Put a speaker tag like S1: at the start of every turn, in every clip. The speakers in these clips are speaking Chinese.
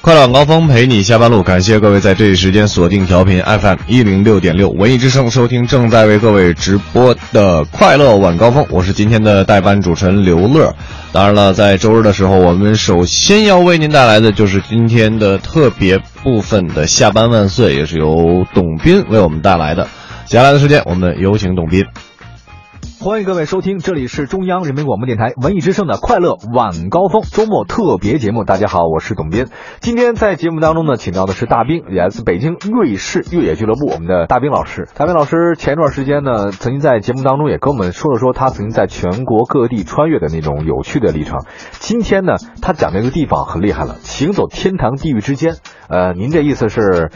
S1: 快乐晚高峰陪你下班路，感谢各位在这一时间锁定调频 FM 一零六点六文艺之声，收听正在为各位直播的快乐晚高峰，我是今天的代班主持人刘乐。当然了，在周日的时候，我们首先要为您带来的就是今天的特别部分的下班万岁，也是由董斌为我们带来的。接下来的时间，我们有请董斌。
S2: 欢迎各位收听，这里是中央人民广播电台文艺之声的快乐晚高峰周末特别节目。大家好，我是董斌。今天在节目当中呢，请到的是大兵，来自北京瑞士越野俱乐部，我们的大兵老师。大兵老师前一段时间呢，曾经在节目当中也跟我们说了说他曾经在全国各地穿越的那种有趣的历程。今天呢，他讲这个地方很厉害了，行走天堂地狱之间。呃，您这意思是？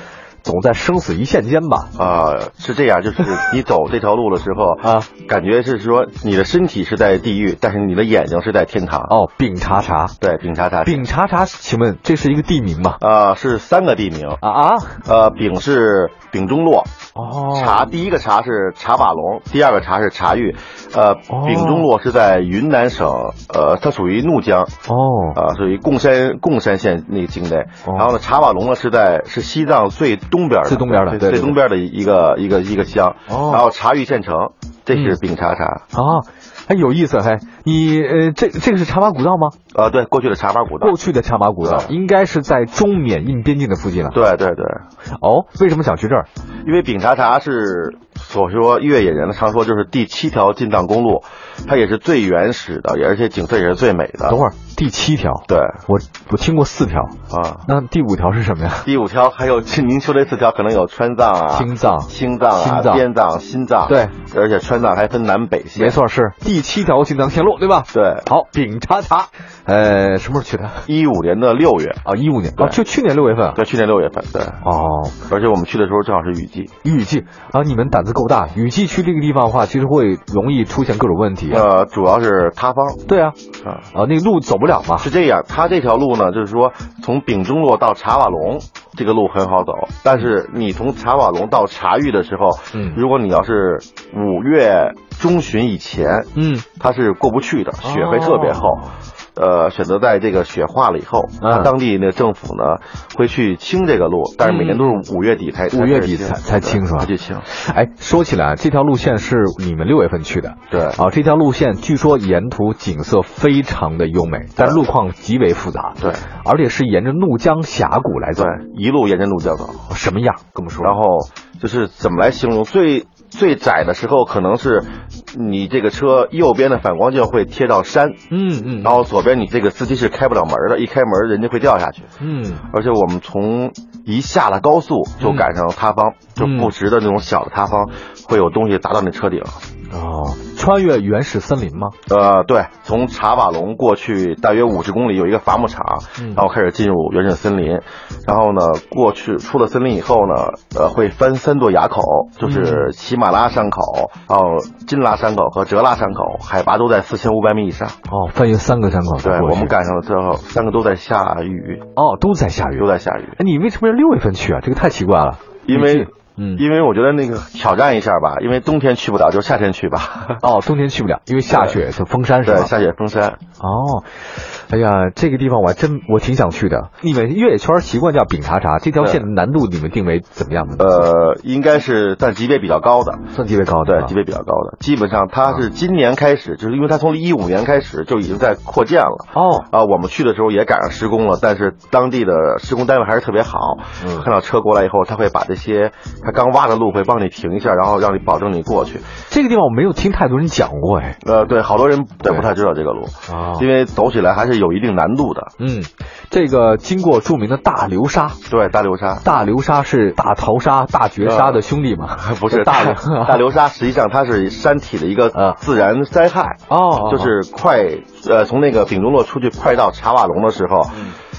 S2: 总在生死一线间吧，
S3: 啊、是这样，就是你走这条路的时候
S2: 啊，
S3: 感觉是说你的身体是在地狱，但是你的眼睛是在天堂。
S2: 哦，丙察察，
S3: 对，丙察察。
S2: 丙察察，请问这是一个地名吗？
S3: 啊、是三个地名。
S2: 啊啊！
S3: 呃，丙是丙中洛，
S2: 哦
S3: 察第一个察是察瓦龙，第二个察是察玉，呃，
S2: 哦
S3: 丙中洛是在云南省，呃，它属于怒江，
S2: 哦
S3: 啊、属于贡山贡山县那个境内。
S2: 哦
S3: 然后呢，察瓦龙呢是在是西藏最东边的，
S2: 最东边的对对
S3: 最
S2: 对
S3: 东边的一个一个一个乡。
S2: 哦
S3: 然后察玉县城，这是
S2: 嗯
S3: 丙察察。
S2: 啊，还有意思还，你呃，这这个是茶马古道吗？
S3: 啊，对，过去的茶马古道
S2: 过。去的茶马古道
S3: 对
S2: 应该是在中缅印边境的附近了。
S3: 对对对，
S2: 哦，为什么想去这儿？
S3: 因为丙察察是所说越野人的常说就是第七条进藏公路，它也是最原始的，也而且景色也是最美的。
S2: 等会儿第七条，
S3: 对
S2: 我我听过四条，
S3: 啊，
S2: 那第五条是什么呀？
S3: 第五条还有您说这四条可能有川藏啊、
S2: 青藏，
S3: 青藏啊、
S2: 青藏
S3: 滇藏、新藏，
S2: 对，
S3: 而且川藏还分南北线。
S2: 没，错，是第七条进藏线路，对吧？
S3: 对，
S2: 好，丙察察，呃，什么时候去的？
S3: 一五年的六月，
S2: 啊，一五年，
S3: 对
S2: 啊，就去年六月份啊。
S3: 对，去年六月份，对，
S2: 哦，
S3: 而且我们去的时候正好是雨季。
S2: 雨季啊，你们胆子够大。雨季去这个地方的话，其实会容易出现各种问题。啊
S3: 呃，主要是塌方
S2: 对啊，
S3: 啊，
S2: 啊，那个路走不了嘛。
S3: 是这样，它这条路呢，就是说从丙中洛到察瓦龙这个路很好走，但是你从察瓦龙到察玉的时候，
S2: 嗯
S3: 如果你要是五月中旬以前，
S2: 嗯，哦
S3: 它是过不去的，雪会特别厚。呃，选择在这个雪化了以后，
S2: 嗯
S3: 它当地那个政府呢会去清这个路，但是每年都是五月底才
S2: 嗯五月底才才清是吧
S3: 才去清，
S2: 哎，说起来，这条路线是你们六月份去的。
S3: 对
S2: 啊，这条路线据说沿途景色非常的优美，但路况极为复杂。
S3: 对，
S2: 而且是沿着怒江峡谷来走
S3: 对，，一路沿着路叫走。
S2: 什么样？跟我们说。
S3: 然后就是怎么来形容？最最窄的时候，可能是你这个车右边的反光镜会贴到山，
S2: 嗯嗯，
S3: 然后左边你这个司机是开不了门的，一开门人家会掉下去。
S2: 嗯，
S3: 而且我们从一下了高速就赶上塌
S2: 嗯
S3: 方，就不时的那种小的塌方，会有东西砸到你车顶。
S2: 哦，穿越原始森林吗？
S3: 呃，对，从查瓦龙过去大约五十公里有一个伐木场，
S2: 嗯
S3: 然后开始进入原始森林，然后呢，过去出了森林以后呢，呃，会翻三座垭口，就是
S2: 嗯
S3: 喜马拉雅山口，然后金拉山口和哲拉山口，海拔都在四千五百米以上。
S2: 哦，翻越三个山口。
S3: 对，
S2: 过去
S3: 我们赶上了之后，三个都在下雨，
S2: 哦，都在下雨。
S3: 都在下雨，
S2: 哎，你为什么要六月份去啊？这个太奇怪了。
S3: 因
S2: 雨
S3: 为
S2: 季。嗯，
S3: 因为我觉得那个挑战一下吧，因为冬天去不了，就夏天去吧。
S2: 哦，冬天去不了，因为下雪，就封山是
S3: 对
S2: 吧，？
S3: 下雪封山。
S2: 哦，哎呀，这个地方我还真我挺想去的。你们越野圈习惯叫丙察察，这条线的难度你们定为怎么样呢？
S3: 呃，应该是算级别比较高的，哦
S2: 算级别高的啊
S3: 对
S2: 吧，
S3: 级别比较高的。基本上它是今年开始，就是因为它从一五年开始就已经在扩建了。
S2: 哦，
S3: 啊，我们去的时候也赶上施工了，但是当地的施工单位还是特别好。
S2: 嗯
S3: 看到车过来以后，他会把这些他刚挖的路会帮你停一下，然后让你保证你过去。
S2: 这个地方我没有听太多人讲过哎。
S3: 呃，对，好多人
S2: 对
S3: 对不太知道这个路，
S2: 啊
S3: 因哦为走起来还是有一定难度的。
S2: 嗯，这个经过著名的大流沙，
S3: 对，大流沙。
S2: 大流沙是大淘沙、大绝沙的兄弟嘛？
S3: 呃 不是
S2: 大
S3: 大
S2: 流
S3: 大流沙，实际上它是山体的一
S2: 啊
S3: 个自然灾害。
S2: 哦，
S3: 就是快呃从那个丙中洛出去快到查瓦龙的时候，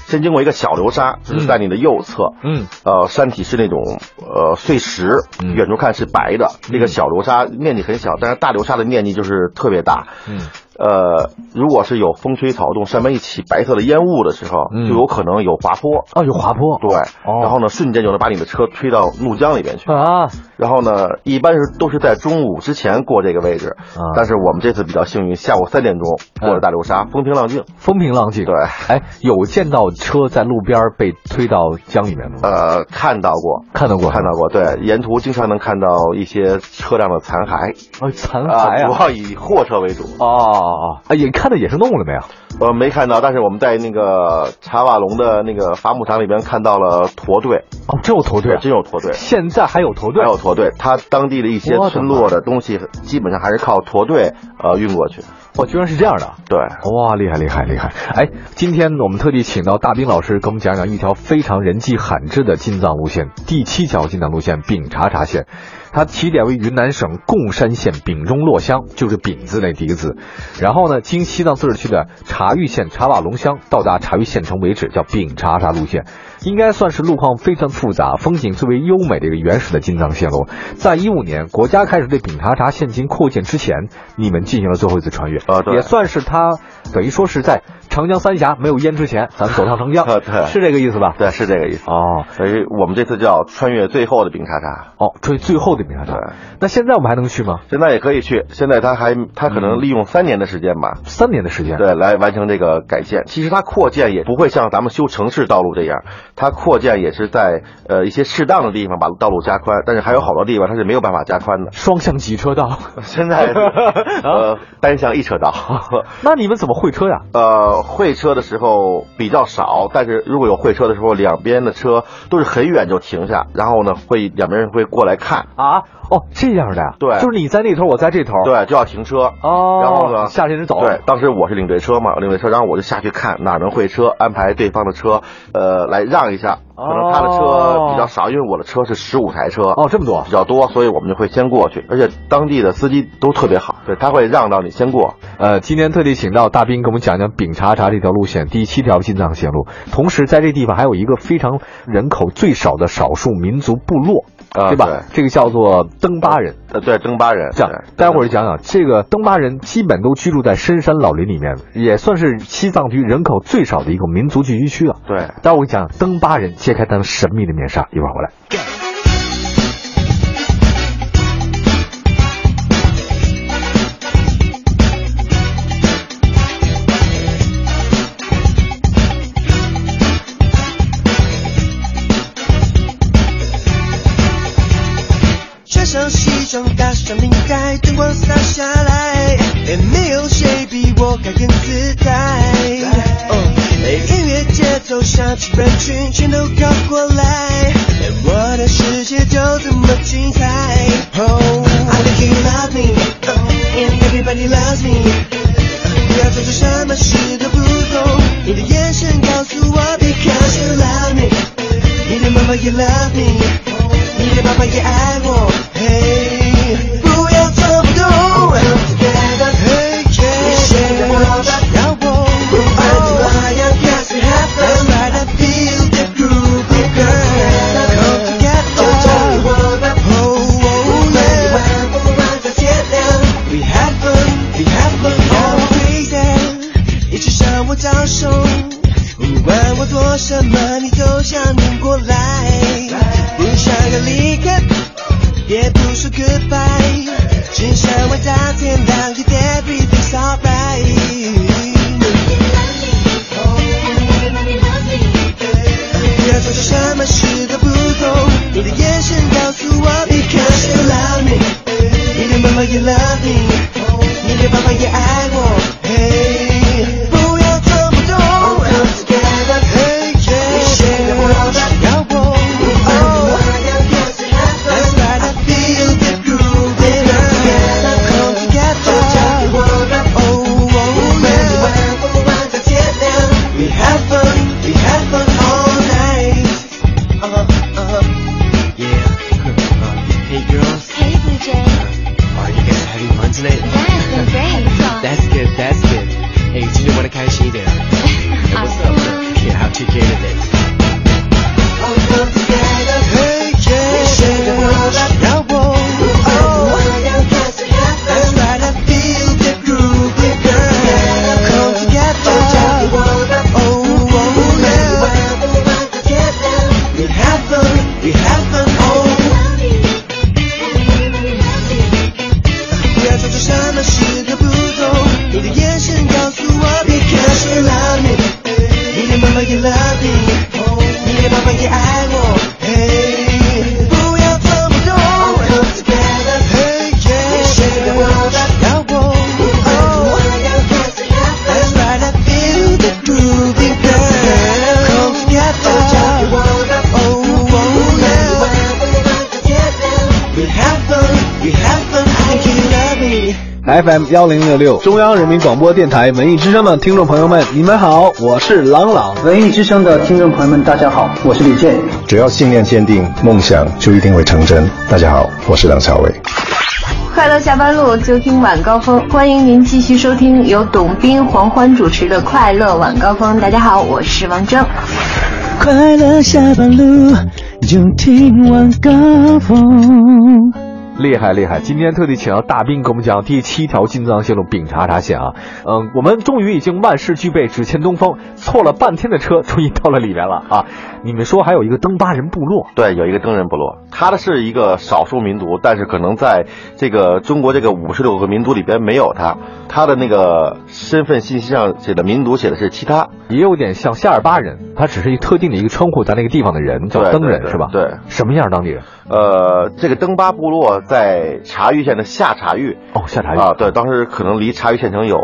S3: 先经过一个小流沙，就是在你的右侧。
S2: 嗯
S3: 呃，山体是那种呃碎石，
S2: 嗯
S3: 远处看是白的。那个小流沙面积很小，但是大流沙的面积就是特别大。
S2: 嗯，
S3: 呃，如果是有风吹草动，上面一起白色的烟雾的时候，
S2: 嗯
S3: 就有可能有滑坡。
S2: 哦，有滑坡
S3: 对，
S2: 哦
S3: 然后呢，瞬间就能把你的车推到怒江里边去。
S2: 啊，
S3: 然后呢，一般是都是在中午之前过这个位置，
S2: 啊嗯
S3: 但是我们这次比较幸运，下午三点钟过了大流沙，风平浪静。
S2: 风平浪静。
S3: 对，
S2: 哎，有见到车在路边被推到江里面吗？
S3: 呃，看到过，
S2: 看到过，
S3: 看到过。对，沿途经常能看到一些车辆的残骸，
S2: 哎，残
S3: 嗯
S2: 骸
S3: 主
S2: 啊！
S3: 要以货车为主。
S2: 哦哦哦，哎，也看到野生动物了没有？啊
S3: 我没看到，但是我们在那个查瓦隆的那个伐木场里边看到了驼队，
S2: 哦，真有驼队啊，
S3: 真有驼队。
S2: 现在还有驼队
S3: 还。有驼队，它当地的一些
S2: 我的妈
S3: 村落的东西，基本上还是靠驼队呃运过去。
S2: 哦，居然是这样的。
S3: 对，
S2: 哇，厉害厉害厉害！哎，今天我们特地请到大兵老师给我们讲讲一条非常人迹罕至的进藏路线——第七条进藏路线丙察察线，它起点为云南省贡山县丙中洛乡，就是“丙”字那第一个字。然后呢，经西藏自治区的察隅县察瓦龙乡到达察隅县城为止，叫丙察察路线。应该算是路况非常复杂、风景最为优美的一个原始的进藏线路。在一五年，国家开始对丙察察县进行扩建之前，你们进行了最后一次穿越，
S3: 啊对
S2: 也算是它等于说是在长江三峡没有淹之前，咱们走上长江，
S3: 啊 对
S2: 是这个意思吧？
S3: 对，是这个意思。
S2: 哦
S3: 所以我们这次叫穿越最后的丙察察。
S2: 哦，这是最后的丙察察
S3: 对。
S2: 那现在我们还能去吗？
S3: 现在也可以去，现在它还它可能利用三年的时间吧，
S2: 三年的时间，
S3: 对，来完成这个改建。其实它扩建也不会像咱们修城市道路这样，它扩建也是在呃一些适当的地方把道路加宽，但是还有好多地方它是没有办法加宽的。
S2: 双向几车道。
S3: 现 在是呃单向一车道，
S2: 那你们怎么会车呀？
S3: 呃会车的时候比较少，但是如果有会车的时候，两边的车都是很远就停下，然后呢会两边人会过来看，
S2: 啊，哦，这样的呀？
S3: 对
S2: 就是你在那头，我在这头。。
S3: 对就要停车。
S2: 哦。
S3: 然后呢
S2: 下去人走。
S3: 对，当时我是领队车嘛，领队车，然后我就下去看哪能会车，安排对方的车，呃，来让一下。可能他的车比较少，因为我的车是十五台车，
S2: 哦，这么多
S3: 比。较多，所以我们就会先过去。而且当地的司机都特别好，对他会让到你先过。
S2: 呃，今天特地请到大兵给我们讲讲丙察察这条路线，第七条进藏线路。同时，在这地方还有一个非常人口最少的少数民族部落，
S3: 啊
S2: 对吧？
S3: 对
S2: 这个叫做登巴人。
S3: 呃，对，登巴人，
S2: 这样，待会儿讲讲这个登巴人，基本都居住在深山老林里面，也算是西藏地区人口最少的一个民族聚居区啊。
S3: 对。
S2: 待会儿我讲登巴人，揭开他们神秘的面纱。一会儿回来。
S4: 穿上西装，打上领带，灯光洒下来，也没有谁比我该更自在。哦，音乐节奏响起，人群全都靠过来，我的世界就这么精彩。Oh, I think you love me, and everybody loves me. 不要装作什么事都不懂，你的眼神告诉我，because you love me，你的妈妈也 love me，你的爸爸也爱我，嘿，不要做不懂。Hey, yeah，你写的我吧，让我不爱怎么样，cause you have fun，I'm right up feel the groove girl，don't forget to tell me。Oh, oh, yeah. We have fun, we have fun all crazy. 一直向我招手，不管我做什么，你都想拧过来，不想要离开，也不说 goodbye，只想回到天堂，Get everything's alright。不要装作什么事都不懂，你的眼神告诉我，Because you love me，你的妈妈也 love me，你的爸爸也爱我，嘿，不要装不懂。Hey, yeah，你写的我要我。Oh, that's right, I feel the groove in our hands. Come together. Oh, oh, yeah. We have fun, we have fun all night. Uh-huh, uh-huh. Yeah. Uh, hey girls,
S5: Hey, Blue Jay.
S4: are you guys having fun tonight?
S5: Yes, they're great.
S4: That's good, that's good. Hey, 今天玩的开心一点。What's up? Yeah, I'll take care of it. Hey, yeah. 让我。Oh, that's right, I feel the groove, yeah, girl. love you，你也麻烦也爱我。嘿，不要这么多。Hey yeah，你谁让我打扰我？Oh。That's right, I feel the grooving girl. Come together. Oh, oh, yeah. We have fun, we have fun, and you love me.
S2: FM 幺零六六，中央人民广播电台文艺之声的听众朋友们，你们好，我是郎朗。
S5: 文艺之声的听众朋友们，大家好，我是李健。
S6: 只要信念坚定，梦想就一定会成真。大家好，我是梁朝伟。
S7: 快乐下班路就听晚高峰，欢迎您继续收听由董斌、黄欢主持的《快乐晚高峰》。大家好，我是王铮。
S4: 快乐下班路，就听晚高峰。
S2: 厉害厉害！今天特地请到大兵给我们讲第七条进藏线路丙察察线啊，嗯，我们终于已经万事俱备，只欠东风。错了半天的车，终于到了里面了啊！你们说还有一个登巴人部落，
S3: 对，有一个登人部落，他的是一个少数民族，但是可能在这个中国这个五十六个民族里边没有他。他的那个身份信息上写的民族写的是其他，
S2: 也有点像夏尔巴人，他只是一特定的一个称呼，在那个地方的人叫
S3: 对
S2: 登
S3: 对
S2: 人
S3: 对
S2: 是吧？
S3: 对
S2: 什么样当地人？
S3: 呃，这个登巴部落在察隅县的下察隅。
S2: 哦，下察
S3: 啊，对，当时可能离察隅县城有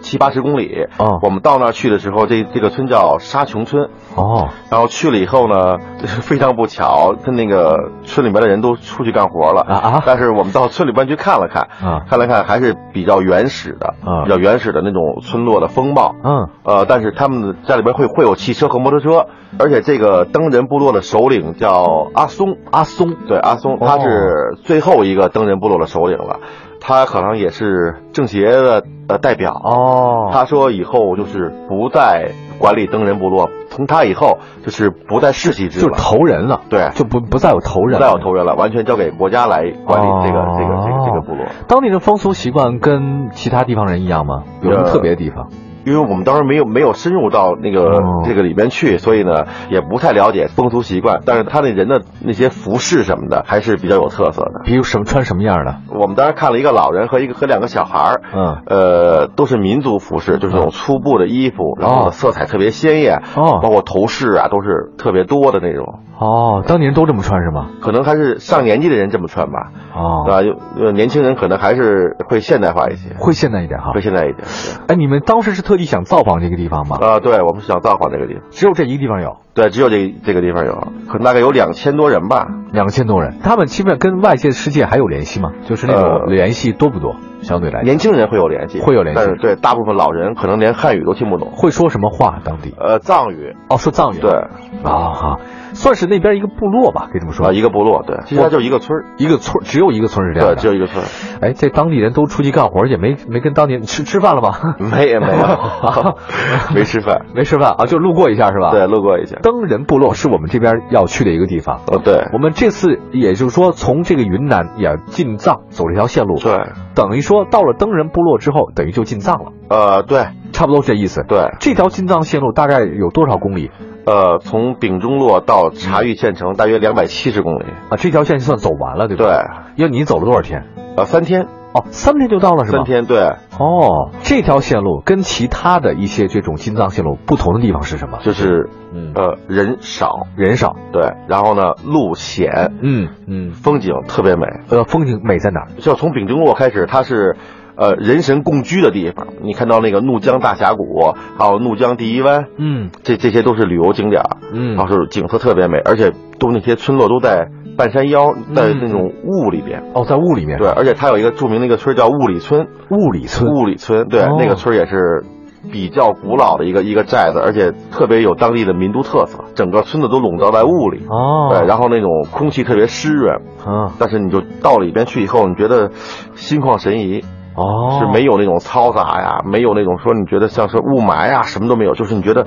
S3: 七八十公里。
S2: 哦
S3: 我们到那儿去的时候，这这个村叫沙穷村，
S2: 哦，
S3: 然后去了以后呢， 非常不巧，他那个村里边的人都出去干活了
S2: 啊啊
S3: 但是我们到村里边去看了看，
S2: 啊
S3: 看了看还是比较原始的，
S2: 啊
S3: 比较原始的那种村落的风貌。
S2: 嗯，
S3: 呃，但是他们家里边会会有汽车和摩托车，而且这个登人部落的首领叫阿松，
S2: 阿松
S3: 对阿松，
S2: 哦
S3: 他是最后一个登人部落的首领了，他可能也是政协的呃代表。
S2: 哦
S3: 他说以后就是不再管理登人部落，从他以后就是不再世袭制
S2: 就是
S3: 了，
S2: 头人了，
S3: 对
S2: 就不不再有头
S3: 不
S2: 人，
S3: 再有头人了，完全交给国家来管理这个、
S2: 哦
S3: 这个这个这个部落。
S2: 当地的风俗习惯跟其他地方人一样吗？有什么
S3: 呃
S2: 特别的地方？
S3: 因为我们当时没有没有深入到那个、
S2: 哦
S3: 这个里边去，所以呢也不太了解风俗习惯，但是他那人的那些服饰什么的还是比较有特色的。
S2: 比如什么穿什么样的？
S3: 我们当时看了一个老人和一个和两个小孩儿，
S2: 嗯，
S3: 呃，都是民族服饰，就是那种粗布的衣服，然后呢色彩特别鲜艳，
S2: 哦
S3: 包括头饰啊都是特别多的那种，
S2: 哦，当地人都这么穿是吗？
S3: 可能还是上年纪的人这么穿吧，对
S2: 哦，
S3: 吧？有有年轻人可能还是会现代化一些，
S2: 会现代一点哈
S3: 会。现代一点。对
S2: 哎，你们当时是特地想造访这个地方吗？
S3: 啊、对，我们是想造访这个地方，
S2: 只有这一个地方有
S3: 对，只有这这个地方有，可能大概有两千多人吧，
S2: 两千多人，他们基本跟外界世界还有联系吗？就是那种
S3: 呃
S2: 联系多不多？相对来讲，
S3: 年轻人会有联系，
S2: 会有联系
S3: 但是对大部分老人可能连汉语都听不懂，
S2: 会说什么话？当地
S3: 呃，藏语，
S2: 哦，说藏语
S3: 对，啊、
S2: 啊哈，算是那边一个部落吧，可以这么说，
S3: 一个部落，对，其实它就一个村儿，
S2: 一个村儿，只有一个村儿是这样
S3: 对，
S2: 的。
S3: 只有一个村儿，
S2: 哎，这当地人都出去干活，也没没跟当地人吃吃饭了吗？，
S3: 没也没有 没吃饭，
S2: 没吃饭啊，就路过一下是吧？
S3: 对，，路过一下，
S2: 登人部落是我们这边要去的一个地方。
S3: 哦，对，
S2: 我们这次也就是说，从这个云南也进藏走这条线路，
S3: 对，
S2: 等于说到了登人部落之后，等于就进藏了，
S3: 呃，对，
S2: 差不多这意思。
S3: 对，
S2: 这条进藏线路大概有多少公里
S3: 呃，从丙中洛到察隅县城大约两百七十公里，
S2: 啊？这条线算走完了，对不
S3: 对
S2: 对？，因为你走了多少天？
S3: 呃，三天，
S2: 哦，三天就到了是吧？
S3: 三。天，对，
S2: 哦，这条线路跟其他的一些这种进藏线路不同的地方是什么？
S3: 就是，
S2: 嗯
S3: 呃，人少，
S2: 人少。
S3: 对，然后呢，路险，
S2: 嗯嗯。
S3: 风景特别美，
S2: 呃，风景美在哪儿？
S3: 就从丙中洛开始，它是。呃，人神共居的地方，你看到那个怒江大峡谷，还有怒江第一湾，
S2: 嗯
S3: 这这些都是旅游景点儿。
S2: 嗯
S3: 然后是景色特别美，而且都那些村落都在半山腰，在
S2: 嗯
S3: 那种雾里边。
S2: 哦，在雾里面。
S3: 对，，而且它有一个著名的一个村儿叫雾里村，
S2: 雾里村。
S3: 雾里村，对，
S2: 哦
S3: 那个村儿也是比较古老的一个一个寨子，而且特别有当地的民族特色，整个村子都笼罩在雾里。
S2: 哦。
S3: 对，然后那种空气特别湿润，
S2: 嗯
S3: 但是你就到里边去以后，你觉得心旷神怡，
S2: 哦，
S3: 是没有那种嘈杂呀，没有那种说你觉得像是雾霾呀，什么都没有，就是你觉得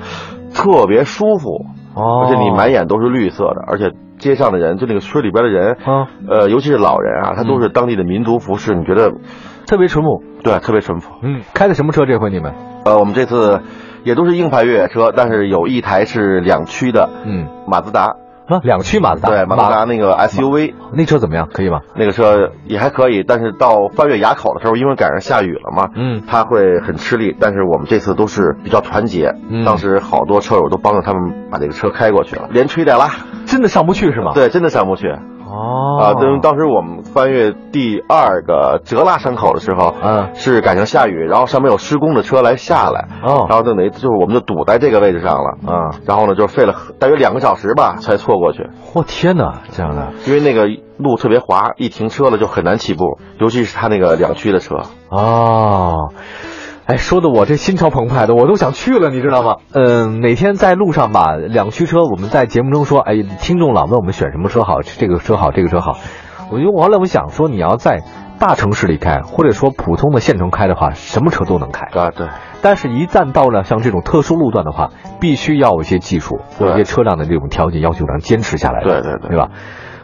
S3: 特别舒服。
S2: 哦，
S3: 而且你满眼都是绿色的，而且街上的人，就那个村里边的人，
S2: 嗯
S3: 呃，尤其是老人啊，他都是当地的民族服饰，你觉得
S2: 特别淳朴。
S3: 对，啊特别淳朴。
S2: 嗯，开的什么车？这回你们？
S3: 呃，我们这次也都是硬派越野车，但是有一台是两驱的，
S2: 嗯，
S3: 马自达，
S2: 啊，两驱马自达，
S3: 对，马自达那个 SUV，
S2: 那车怎么样？可以吗？
S3: 那个车也还可以，但是到翻越垭口的时候，因为赶上下雨了嘛，
S2: 嗯
S3: 它会很吃力。但是我们这次都是比较团结，
S2: 嗯
S3: 当时好多车友都帮着他们把这个车开过去了，连吹带拉，
S2: 真的上不去是吗？
S3: 对，真的上不去
S2: 啊哦，
S3: 啊！因为当时我们翻越第二个哲拉山口的时候，
S2: 嗯
S3: 是赶上下雨，然后上面有施工的车来下来，
S2: 哦
S3: 然后就等于就是我们就堵在这个位置上了，
S2: 啊，
S3: 然后呢就费了大约两个小时吧才错过去，
S2: 我天哪，这样的
S3: 因为那个路特别滑，一停车了就很难起步，尤其是他那个两驱的车。
S2: 啊哦。哎，说的我这心潮澎湃的，我都想去了，你知道吗？嗯，哪天在路上吧，两驱车，我们在节目中说，哎，听众老问我们选什么车好，这个车好，这个车好。我就后来我想说，你要在大城市里开，或者说普通的县城开的话，什么车都能开。
S3: 啊，对，
S2: 但是，一旦到了像这种特殊路段的话，必须要有一些技术，
S3: 对
S2: 有一些车辆的这种条件要求，能坚持下来的，
S3: 对对对
S2: 对吧？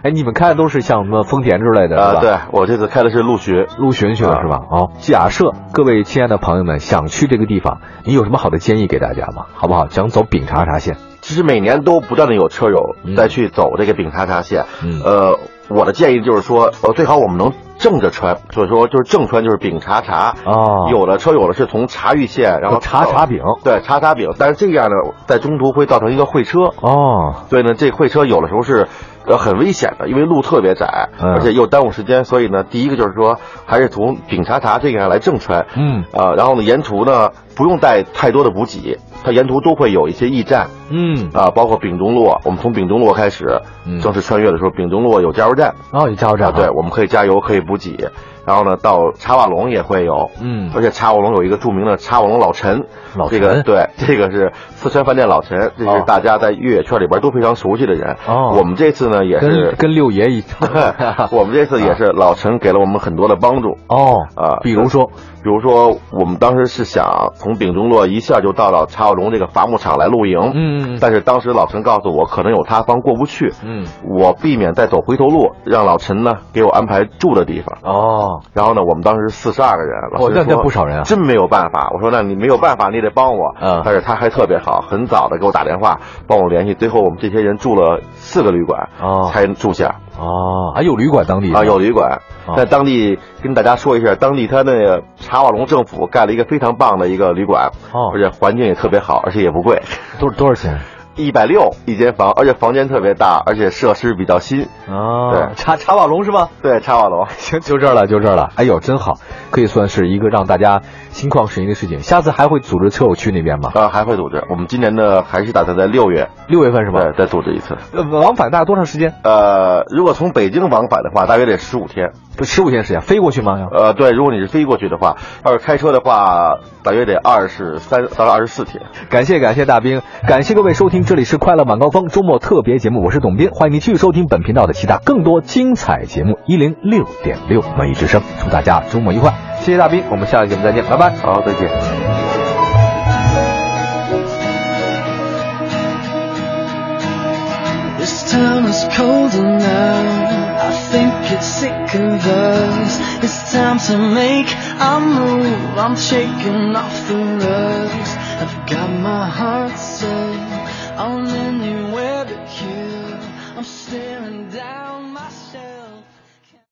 S2: 哎，你们开的都是像什么丰田之类的，
S3: 啊，
S2: 是吧？
S3: 对我这次开的是陆巡，
S2: 陆巡去了
S3: 啊
S2: 是吧？哦，假设各位亲爱的朋友们想去这个地方，你有什么好的建议给大家吗？好不好？想走丙察察县，
S3: 其实每年都不断的有车友
S2: 嗯
S3: 再去走这个丙察察线。
S2: 嗯
S3: 呃，我的建议就是说，呃，最好我们能正着穿，所以说就是正穿就是丙察察。
S2: 哦
S3: 有的车友的是从察隅县，然后
S2: 察察丙
S3: 对，察察丙，但是这样呢，在中途会造成一个会车。
S2: 哦，
S3: 所以呢，这会车有的时候是呃很危险的，因为路特别窄，
S2: 嗯
S3: 而且又耽误时间。所以呢，第一个就是说，还是从丙察察这个上来正穿。
S2: 嗯
S3: 啊、然后呢，沿途呢不用带太多的补给，它沿途都会有一些驿站
S2: 嗯，
S3: 啊、包括丙东路，我们从丙东路开始
S2: 嗯
S3: 正式穿越的时候，丙东路有加油站
S2: 哦，你加油站
S3: 啊，对，，我们可以加油，可以补给。然后呢，到茶瓦龙也会有，
S2: 嗯
S3: 而且茶瓦龙有一个著名的茶瓦龙老陈，
S2: 老
S3: 这个
S2: 陈
S3: 对，这个是四川饭店老陈，这
S2: 哦
S3: 是大家在越野圈里边都非常熟悉的人。
S2: 哦
S3: 我们这次呢也
S2: 跟
S3: 是，
S2: 跟六爷一样
S3: 我们这次也是老陈给了我们很多的帮助。
S2: 哦
S3: 啊
S2: 比如说
S3: 比如说，我们当时是想从丙中洛一下就到了茶瓦龙这个伐木场来露营，
S2: 嗯嗯嗯
S3: 但是当时老陈告诉我，可能有塌方过不去，
S2: 嗯，
S3: 我避免再走回头路，让老陈呢给我安排住的地方。
S2: 哦，
S3: 然后呢，我们当时四十二个人，老
S2: 哦
S3: 师
S2: 那
S3: 说
S2: 那不少人啊
S3: 真没有办法。我说那你没有办法，你得帮我。
S2: 嗯
S3: 但是他还特别好，很早的给我打电话帮我联系。最后我们这些人住了四个旅馆，
S2: 哦
S3: 才住下
S2: 哦，还有旅馆当地
S3: 啊，有旅馆
S2: 哦。
S3: 在当地跟大家说一下，当地他那个茶瓦龙政府盖了一个非常棒的一个旅馆，
S2: 哦
S3: 而且环境也特别好，而且也不贵，
S2: 多多少钱？
S3: 一百六一间房，而且房间特别大，而且设施比较新。
S2: 哦
S3: 对
S2: 查查瓦龙是 吗？
S3: 对，茶瓦龙。
S2: 行，就这儿了，就这儿了。哎呦，真好，可以算是一个让大家心旷神怡的事情。下次还会组织车友去那边吗？
S3: 呃，还会组织。我们今年呢，还是打算在六月，
S2: 六月份是吧？
S3: 对，再组织一次。
S2: 呃往返大概多长时间？
S3: 呃，如果从北京往返的话，大约得十五天。
S2: 不，十五天时间，飞过去吗？要
S3: 呃，对，如果你是飞过去的话，要是开车的话，大约得二十三到二十四天。
S2: 感谢感谢大兵，感谢各位收听，这里是快乐晚高峰周末特别节目，我是董斌，欢迎您继续收听本频道的其他更多精彩节目一零六点六文艺之声，祝大家周末愉快，谢谢大兵，我们下期节目再见，拜拜。
S3: 好，再见。
S4: This town is cold enough. I think it's sick of us. It's time to make a move. I'm shaking off the rust.